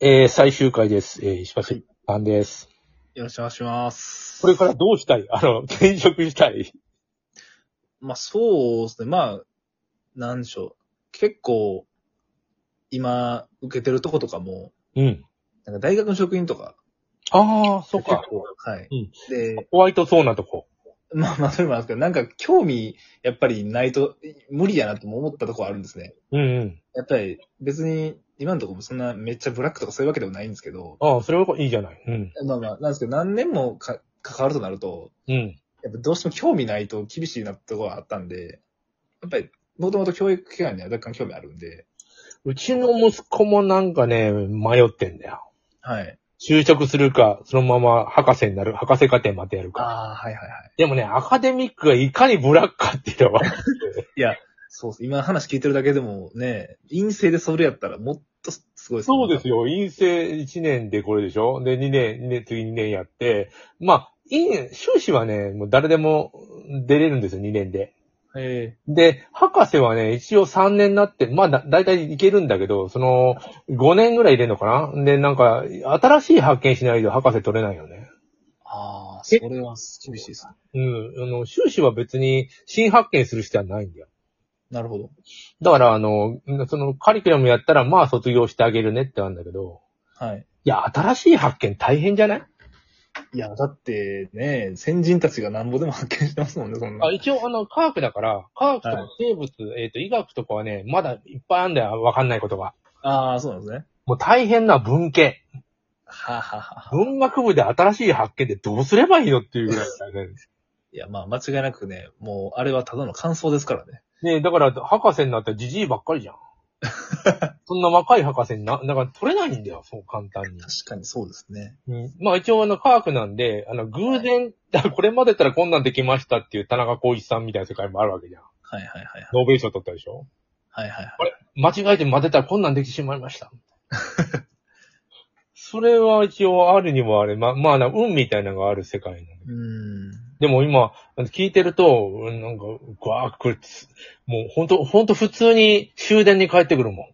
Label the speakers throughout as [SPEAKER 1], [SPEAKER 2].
[SPEAKER 1] えー、最終回です。えー、石橋さんです。
[SPEAKER 2] よろしくお願いします。
[SPEAKER 1] これからどうしたいあの、転職したい。
[SPEAKER 2] まあそうですね。まあ、なんでしょう。結構、今、受けてるとことかも、
[SPEAKER 1] うん。
[SPEAKER 2] なんか大学の職員とか。
[SPEAKER 1] ああ、そう
[SPEAKER 2] 結
[SPEAKER 1] か。
[SPEAKER 2] 構。はい。
[SPEAKER 1] うん
[SPEAKER 2] で、
[SPEAKER 1] ホワイトそうなとこ。
[SPEAKER 2] まあまあそれもあるんですけど、なんか興味、やっぱりないと、無理やなとも思ったところあるんですね。
[SPEAKER 1] うんうん。
[SPEAKER 2] やっぱり、別に、今のところもそんなめっちゃブラックとかそういうわけでもないんですけど、
[SPEAKER 1] ああ、それはいいじゃない。うん。
[SPEAKER 2] まあまあ、なんですけど、何年もか関わるとなると、
[SPEAKER 1] うん。
[SPEAKER 2] やっぱどうしても興味ないと厳しいなってところがあったんで、やっぱり、もともと教育機関には若干興味あるんで、
[SPEAKER 1] うちの息子もなんかね、迷ってんだよ。
[SPEAKER 2] はい。
[SPEAKER 1] 就職するか、そのまま博士になる、博士課程までやるか。
[SPEAKER 2] ああ、はいはいはい。
[SPEAKER 1] でもね、アカデミックがいかにブラックかっていうのは。
[SPEAKER 2] そうです。今話聞いてるだけでもね、陰性でそれやったらもっとすごいですね
[SPEAKER 1] そうです。よ。陰性1年でこれでしょで、2年、2年、次2年やって。まあ、陰、修士はね、もう誰でも出れるんですよ、2年で。
[SPEAKER 2] え
[SPEAKER 1] で、博士はね、一応3年になって、まあだ、だいたいいけるんだけど、その、5年ぐらい入れるのかなで、なんか、新しい発見しないと博士取れないよね。
[SPEAKER 2] ああ、それは厳しいですね。
[SPEAKER 1] うん。あの、修士は別に新発見する必要はないんだよ。
[SPEAKER 2] なるほど。
[SPEAKER 1] だから、あの、その、カリキュラムやったら、まあ、卒業してあげるねってあるんだけど、
[SPEAKER 2] はい。
[SPEAKER 1] いや、新しい発見大変じゃない
[SPEAKER 2] いや、だってね、先人たちがなんぼでも発見してますもんね、そんな
[SPEAKER 1] あ。一応、あの、科学だから、科学と
[SPEAKER 2] は
[SPEAKER 1] か
[SPEAKER 2] い
[SPEAKER 1] 生物、えっ、と、医学とかはね、まだいっぱいあるんだよ、わかんないことが。
[SPEAKER 2] ああ、そうなんですね。
[SPEAKER 1] もう大変な文系。
[SPEAKER 2] はあ、はあはあ、
[SPEAKER 1] 文学部で新しい発見でどうすればいいのっていうぐらいだ ね。
[SPEAKER 2] いや、まあ間違いなくね、もうあれはただの感想ですからね。
[SPEAKER 1] ねえだから、博士になったらジジイばっかりじゃ ん。そんな若い博士にな、だから取れないんだよ、そう簡単に。
[SPEAKER 2] 確かにそうですね。
[SPEAKER 1] うんまあ一応あの科学なんで、あの偶然、これまでやったらこんなんできましたっていう田中光一さんみたいな世界もあるわけじゃん。
[SPEAKER 2] はいはいはいはい。
[SPEAKER 1] ノーベル賞取ったでしょ
[SPEAKER 2] はいはいはい。
[SPEAKER 1] 間違えて混ぜたらこんなんできてしまいま した。それは一応あるにもあれ、ま、まあな、運みたいなのがある世界なの。
[SPEAKER 2] うーん。
[SPEAKER 1] でも今、聞いてると、うんなんか、うわーこれつ、もうほんと、ほんと普通に終電に帰ってくるも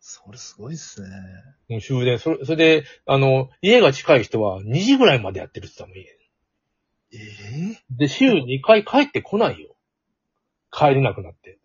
[SPEAKER 2] それすごいっすね。
[SPEAKER 1] ん。もう終電。それ、それで、あの、家が近い人は2時ぐらいまでやってるって言ったもん、家。
[SPEAKER 2] え
[SPEAKER 1] で、週2回帰ってこないよ。帰れなくなって。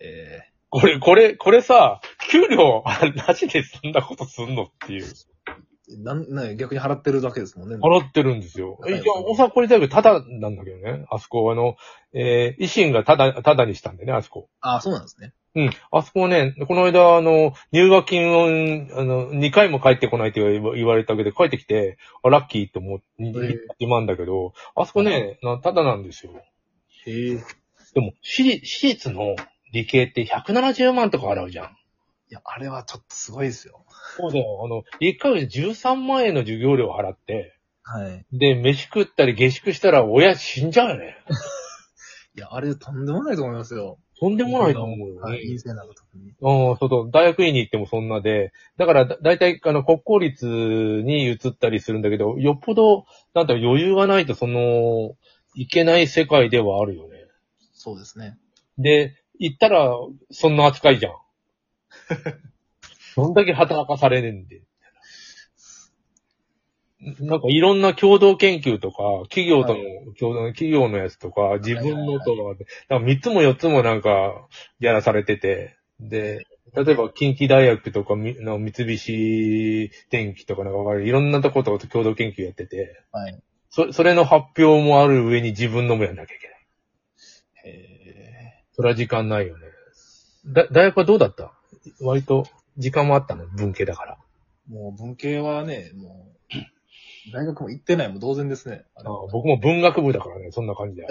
[SPEAKER 2] えええ
[SPEAKER 1] これ、これ、これさ、給料、あなしでそんなことすんのっていう。
[SPEAKER 2] なん、なん、逆に払ってるだけですもんね。
[SPEAKER 1] 払ってるんですよ。
[SPEAKER 2] はい
[SPEAKER 1] 一応、大阪公立大学タダなんだけどね。あそこ、あの、えー維新がタダ、タダにしたんでね、あそこ。
[SPEAKER 2] ああ、そうなんですね。
[SPEAKER 1] うん。あそこね、この間、あの、入学金を、あの、2回も帰ってこないって言わ言われたけど、帰ってきて、あ、ラッキーと思って、今んだけど、あそこね、なタダなんですよ。
[SPEAKER 2] へえ。い
[SPEAKER 1] でも、私立私立の理系って170万とか払うじゃん。
[SPEAKER 2] や、あれはちょっとすごいですよ。
[SPEAKER 1] そうだよ。あの、1ヶ月13万円の授業料払って、
[SPEAKER 2] はい。
[SPEAKER 1] で、飯食ったり下宿したら親死んじゃうよね。
[SPEAKER 2] いや、あれとんでもないと思いますよ。
[SPEAKER 1] とんで
[SPEAKER 2] と
[SPEAKER 1] もないと思うよ、
[SPEAKER 2] はい。
[SPEAKER 1] ね。
[SPEAKER 2] 陰性なの特
[SPEAKER 1] う
[SPEAKER 2] に。
[SPEAKER 1] ん、そうそう。大学院に行ってもそんなで、だからだ、だいたい、あの、国公立に移ったりするんだけど、よっぽど、なんだろう余裕がないと、その、いけない世界ではあるよね。
[SPEAKER 2] そうですね。
[SPEAKER 1] で、行ったら、そんな扱いじゃん。どんだけ働かされねえんで。なんかいろんな共同研究とか、企業と
[SPEAKER 2] は
[SPEAKER 1] の、共同企業のやつとか、自分のと
[SPEAKER 2] は
[SPEAKER 1] か、なんか3つも4つもなんか、やらされてて、で、例えば近畿大学とか、みなんか三菱電機とかなんかわかるいろんなとこと共同研究やってて、
[SPEAKER 2] はい。
[SPEAKER 1] そそれの発表もある上に自分のもやんなきゃいけない。
[SPEAKER 2] へえ。
[SPEAKER 1] それは時間ないよね。だ、大学はどうだった割と時間もあったの文系だから。
[SPEAKER 2] もう文系はね、もう、大学も行ってないも同然ですね。あれ
[SPEAKER 1] ああ僕も文学部だからね、そんな感じだよ。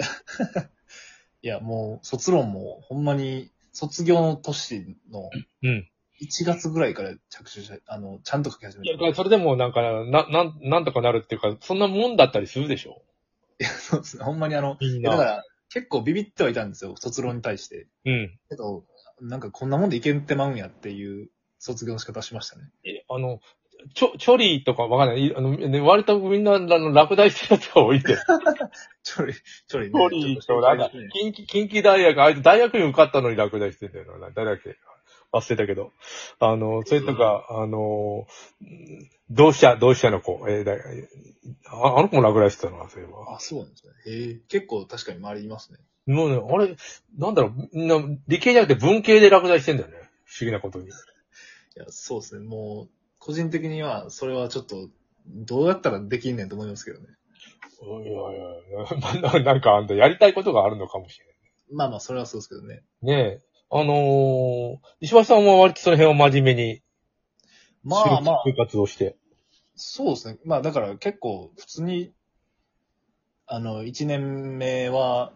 [SPEAKER 2] いや、もう、卒論も、ほんまに、卒業の年の、
[SPEAKER 1] うん。
[SPEAKER 2] 1月ぐらいから着手して、あの、ちゃんと書き始め
[SPEAKER 1] いや、だ
[SPEAKER 2] た
[SPEAKER 1] か。らそれでもなんか、な、なん、なんとかなるっていうか、そんなもんだったりするでしょ
[SPEAKER 2] そうですね。ほんまにあの、
[SPEAKER 1] みん
[SPEAKER 2] だか
[SPEAKER 1] な。
[SPEAKER 2] ら、結構ビビってはいたんですよ、卒論に対して。
[SPEAKER 1] うん。
[SPEAKER 2] けど、なんかこんなもんでいけんってまうんやっていう卒業の仕方しましたね。
[SPEAKER 1] えあの、ちょ、チョリーとかわかんないい。あの、ね、割とみんな、あの、落第してるやつが多いって。 チ
[SPEAKER 2] ちょり、ちょりね。
[SPEAKER 1] ョリーと、なんか
[SPEAKER 2] ちょっと心配です
[SPEAKER 1] 近
[SPEAKER 2] ね、
[SPEAKER 1] 畿、近畿大学、あいつ大学に受かったのに落第してんだよな。誰だっけ忘れたけど。あの、それとか、あの、同志社、同志社の子、えーだああの子も落雷してたな、そういえば。
[SPEAKER 2] あ、そうなんですね。へえ。結構確かに周りいますね。
[SPEAKER 1] もうね、あれ、なんだろう、みんな、理系じゃなくて文系で落第してんだよね。不思議なことに。
[SPEAKER 2] いや、そうですね。もう、個人的には、それはちょっと、どうやったらできんねんと思いますけどね。
[SPEAKER 1] いやいやいや、ななんか、あんたやりたいことがあるのかもしれ
[SPEAKER 2] まあまあ、それはそうですけどね。
[SPEAKER 1] ない。ねえ。あのー、石橋さんは割とその辺を真面目に、
[SPEAKER 2] まあまあ、
[SPEAKER 1] 就活をして。
[SPEAKER 2] そうですね。まあだから結構普通に、あの、1年目は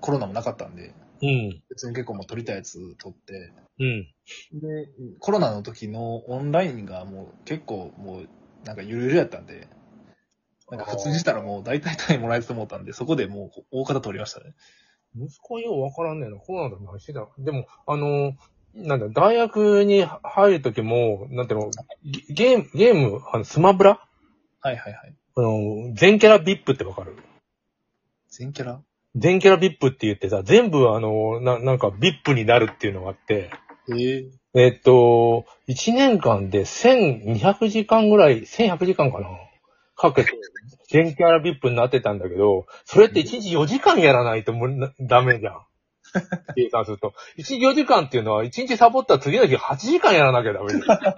[SPEAKER 2] コロナもなかったんで、
[SPEAKER 1] うん。
[SPEAKER 2] 別に結構もう取りたいやつ取って、
[SPEAKER 1] うん。
[SPEAKER 2] で、コロナの時のオンラインがもう結構もうなんかゆるゆるやったんで、なんか普通にしたらもう大体単位もらえてと思ったんで、そこでもう大方取りましたね。
[SPEAKER 1] 息子はようわからんねえな。コロナの時何してたでも、あのー、なんだ、大学に入る時も、なんていうの、ゲゲーム、ゲーム、あの、スマブラ
[SPEAKER 2] はいはいはい。
[SPEAKER 1] あの、全キャラ VIP ってわかる
[SPEAKER 2] 全キャラ
[SPEAKER 1] 全キャラ VIP って言ってさ、全部あの、な、なんか VIP になるっていうのがあって、
[SPEAKER 2] へえ。
[SPEAKER 1] えっと、1年間で1200時間ぐらい、1100時間かなかけて、全キャラ VIP になってたんだけど、それって1日4時間やらないともうなダメじゃん。計算すると。1日4時間っていうのは、1日サボったら次の日8時間やらなきゃダメだよ。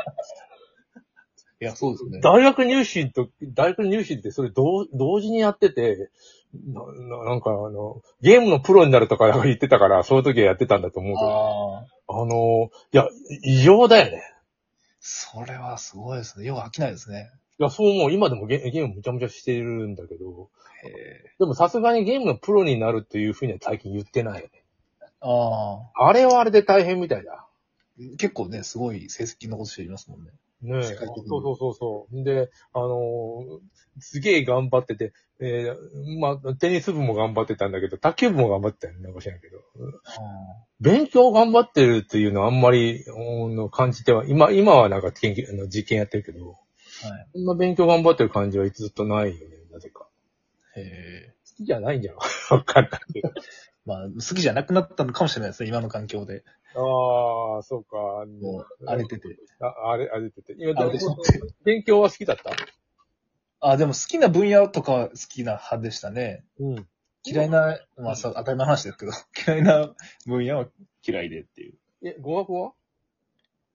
[SPEAKER 2] いや、そうですね。
[SPEAKER 1] 大学入試と、大学入試ってそれ同同時にやってて、なななんかあの、ゲームのプロになるとかなんか言ってたから、そういう時はやってたんだと思うけど、
[SPEAKER 2] ああ。
[SPEAKER 1] あの、いや、異常だよね。
[SPEAKER 2] それはすごいですね。よう飽きないですね。
[SPEAKER 1] いや、そう思う。今でもゲゲームむちゃむちゃしてるんだけど、
[SPEAKER 2] へえ。
[SPEAKER 1] でもさすがにゲームのプロになるっていうふうには最近言ってないよね。
[SPEAKER 2] ああ。
[SPEAKER 1] あれはあれで大変みたいだ。
[SPEAKER 2] 結構ね、すごい成績残していますもんね。
[SPEAKER 1] ねえ。
[SPEAKER 2] 世
[SPEAKER 1] そ
[SPEAKER 2] 界
[SPEAKER 1] う
[SPEAKER 2] 的に
[SPEAKER 1] そうそうそう。で、あのーすげえ頑張ってて、えーまあ、テニス部も頑張ってたんだけど、卓球部も頑張ってたよね。なんか知らんけど。勉強頑張ってるっていうのはあんまり、うんの感じては、今、今はなんか研究、あの実験やってるけど、
[SPEAKER 2] はい。
[SPEAKER 1] そんな勉強頑張ってる感じはずっとないよね、なぜか。
[SPEAKER 2] へえ。
[SPEAKER 1] 好きじゃないん じゃん。わかんないけど。
[SPEAKER 2] まあ、好きじゃなくなったのかもしれないですね、今の環境で。
[SPEAKER 1] ああ、そうか。
[SPEAKER 2] もう、荒れてて。
[SPEAKER 1] あ、あれ、あれってて。今、
[SPEAKER 2] あ
[SPEAKER 1] でも
[SPEAKER 2] れでしょ
[SPEAKER 1] 勉強は好きだった
[SPEAKER 2] あ、でも好きな分野とかは好きな派でしたね。
[SPEAKER 1] うん。
[SPEAKER 2] 嫌いな、まあ、そう当たり前の話ですけど、 嫌いな分野は嫌いでっていう。
[SPEAKER 1] え、語学は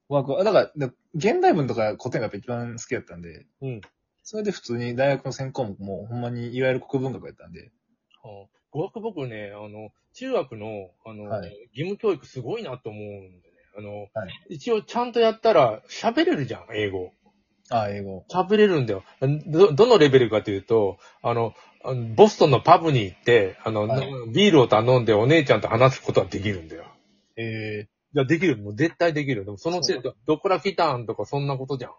[SPEAKER 2] ワークは、だから、で現代文とか古典がやっぱ一番好きだったんで、
[SPEAKER 1] うん。
[SPEAKER 2] それで普通に大学の専攻目もほんまにいわゆる国文学やったんで、
[SPEAKER 1] 語学僕ね、あの、中学の、あの、
[SPEAKER 2] は
[SPEAKER 1] 義務教育すごいなと思うんでね。あの、
[SPEAKER 2] は
[SPEAKER 1] 一応ちゃんとやったら喋れるじゃん、英語。
[SPEAKER 2] あ、英語。
[SPEAKER 1] 喋れるんだよ。ど、どのレベルかというと、あの、あのボストンのパブに行って、あの、
[SPEAKER 2] はい
[SPEAKER 1] ビールを頼んでお姉ちゃんと話すことはできるんだよ。
[SPEAKER 2] ええ
[SPEAKER 1] いや、できる。もう絶対できる。でもその程度、どこから来たんとかそんなことじゃん。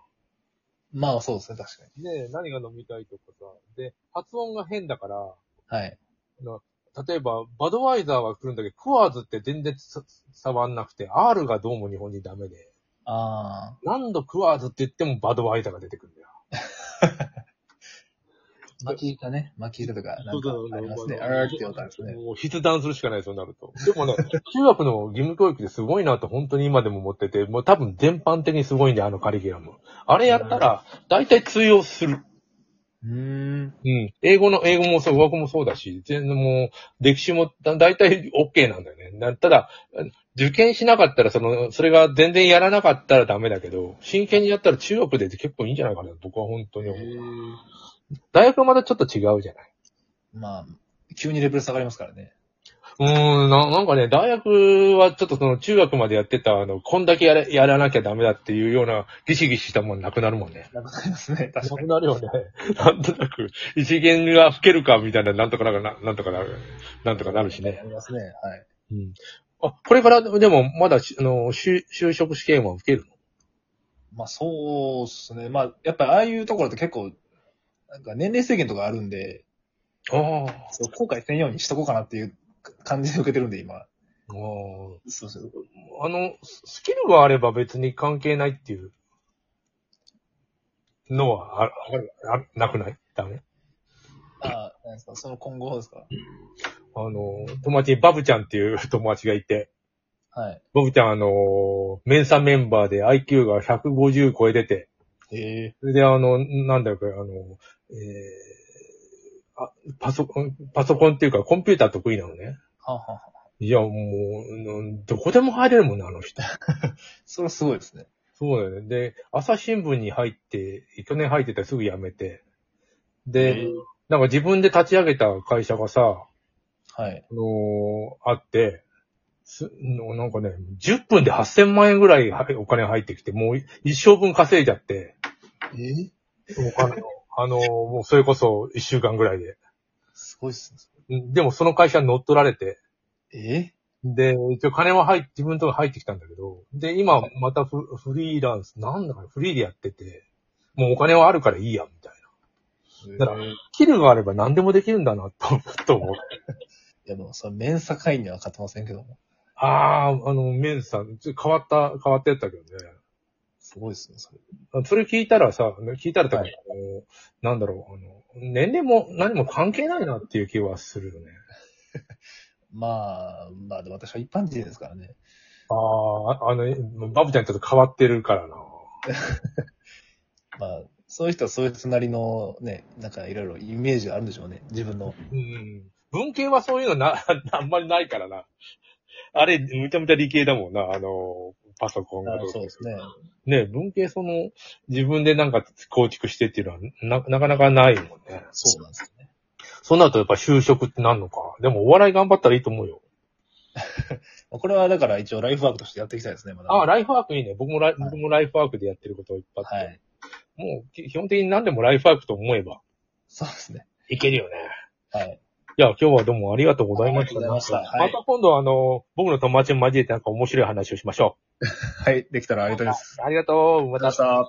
[SPEAKER 2] まあそうですね、確かに。
[SPEAKER 1] ねえ、何が飲みたいとかさ。で、発音が変だから、
[SPEAKER 2] はい。
[SPEAKER 1] 例えば、バドワイザーは来るんだけど、クワーズって全然さ触んなくて、R がどうも日本人ダメで、
[SPEAKER 2] あ
[SPEAKER 1] 何度クワーズって言ってもバドワイザーが出てくるんだよ。
[SPEAKER 2] あ、巻き板ね、巻き板とか、なんかありますね。
[SPEAKER 1] あ
[SPEAKER 2] あーってわかるんですね。
[SPEAKER 1] もう筆談するしかない、そうなると。でもね、中学の義務教育ですごいなと本当に今でも思ってて、もう多分全般的にすごいんだよ、あのカリキュラム。あれやったら、大体通用する。
[SPEAKER 2] うーん。
[SPEAKER 1] うん。英語の、英語もそう、語学もそうだし、全然もう、歴史もだ大体 OK なんだよね。なただ、受験しなかったら、その、それが全然やらなかったらダメだけど、真剣にやったら中学で結構いいんじゃないかな、僕は本当に思う。大学はまたちょっと違うじゃない。
[SPEAKER 2] まあ、急にレベル下がりますからね。
[SPEAKER 1] うーんな、なんかね、大学はちょっとその中学までやってた、あの、こんだけやれやらなきゃダメだっていうような、ギシギシしたもんなくなるもんね。
[SPEAKER 2] なくなりますね、確
[SPEAKER 1] な
[SPEAKER 2] か
[SPEAKER 1] く
[SPEAKER 2] に。
[SPEAKER 1] なるよね。なんとなく、一元が吹けるかみたいな、なんとかなるな、なんとかなる、なんとかなるしね
[SPEAKER 2] あ。りますね、はい。
[SPEAKER 1] うん。あ、これから、でも、まだし、あの、就就職試験は受ける
[SPEAKER 2] まあそうですね。まあ、やっぱりああいうところって結構、なんか年齢制限とかあるんで、
[SPEAKER 1] のああ。
[SPEAKER 2] そう後悔せんようにしとこうかなっていう感じで受けてるんで、今。そうそう。
[SPEAKER 1] あの、ススキルがあれば別に関係ないっていうのは、ある、あるあるなくないダメ
[SPEAKER 2] ああ、なんですか、その今後ですか。
[SPEAKER 1] あの、友達にバブちゃんっていう友達がいて、
[SPEAKER 2] はい。
[SPEAKER 1] のびちゃん、あの、メンサメンバーで IQ が150超えてて、
[SPEAKER 2] へえ。
[SPEAKER 1] それで、あの、なんだか、あの、えーあ、パソコン、パソコンっていうかコンピューター得意なのね。
[SPEAKER 2] はんはんはん。
[SPEAKER 1] いや、もううん、どこでも入れるもんね、あの人。
[SPEAKER 2] それはすごいですね。
[SPEAKER 1] そうだよね。で、朝日新聞に入って、去年入ってたらすぐ辞めて、で、
[SPEAKER 2] うん
[SPEAKER 1] なんか自分で立ち上げた会社がさ、
[SPEAKER 2] はい。
[SPEAKER 1] あのーあって、すのなんかね、10分で8000万円ぐらいはお金入ってきて、もう一生分稼いじゃって、
[SPEAKER 2] え
[SPEAKER 1] お金を あのーもうそれこそ1週間ぐらいで。
[SPEAKER 2] すごいっす
[SPEAKER 1] うんでもその会社に乗っ取られて、
[SPEAKER 2] ね。
[SPEAKER 1] で、一応金は入って、自分のとこに入ってきたんだけど、で、今またフフリーランス、なんだかなフリーでやってて、もうお金はあるからいいや、みたいな。
[SPEAKER 2] え
[SPEAKER 1] だからキルがあれば何でもできるんだな、と、 と思う。
[SPEAKER 2] いやでも、その、メンサ会員には勝てませんけども。
[SPEAKER 1] ああ、あの、メンさん、ちょっと変わった、変わってったけどね。
[SPEAKER 2] すごいですね、それ。
[SPEAKER 1] あそれ聞いたらさ、聞いたら多分、
[SPEAKER 2] は
[SPEAKER 1] あのなんだろう、あの、年齢も何も関係ないなっていう気はするよね。
[SPEAKER 2] まあ、まあ、でも私は一般人ですからね。
[SPEAKER 1] ああ、あの、バブちゃんちょっと変わってるからな。
[SPEAKER 2] まあ、そういう人はそういうつなりのね、なんかいろいろイメージがあるんでしょうね、自分の。
[SPEAKER 1] うん。文系はそういうのな、 あんまりないからな。あれ、むちゃむちゃ理系だもんな、あの、パソコンがどか
[SPEAKER 2] そうですね。
[SPEAKER 1] ね、文系その、自分でなんか構築してっていうのは、な、なかなかないもんね。
[SPEAKER 2] そうなんですよね。
[SPEAKER 1] そうなるとやっぱ就職ってなんのか。でもお笑い頑張ったらいいと思うよ。
[SPEAKER 2] まあこれはだから一応ライフワークとしてやっていきたいですね、まだ。
[SPEAKER 1] ああ、
[SPEAKER 2] イ
[SPEAKER 1] ライフワークいいね。僕もライ,、
[SPEAKER 2] はい
[SPEAKER 1] 僕もライフワークでやってることをいっぱいあって。
[SPEAKER 2] はい。
[SPEAKER 1] もうき基本的に何でもライフワークと思えば
[SPEAKER 2] そうですね。
[SPEAKER 1] いけるよね。
[SPEAKER 2] はい。
[SPEAKER 1] いや、今日はどうもありがとうございました。
[SPEAKER 2] ありがとうございましたはい
[SPEAKER 1] また今度あの、僕の友達も交えてなんか面白い話をしましょ
[SPEAKER 2] はい、できたらありがたいです。
[SPEAKER 1] う。ありがとう。ま
[SPEAKER 2] ありが
[SPEAKER 1] た
[SPEAKER 2] とうございました。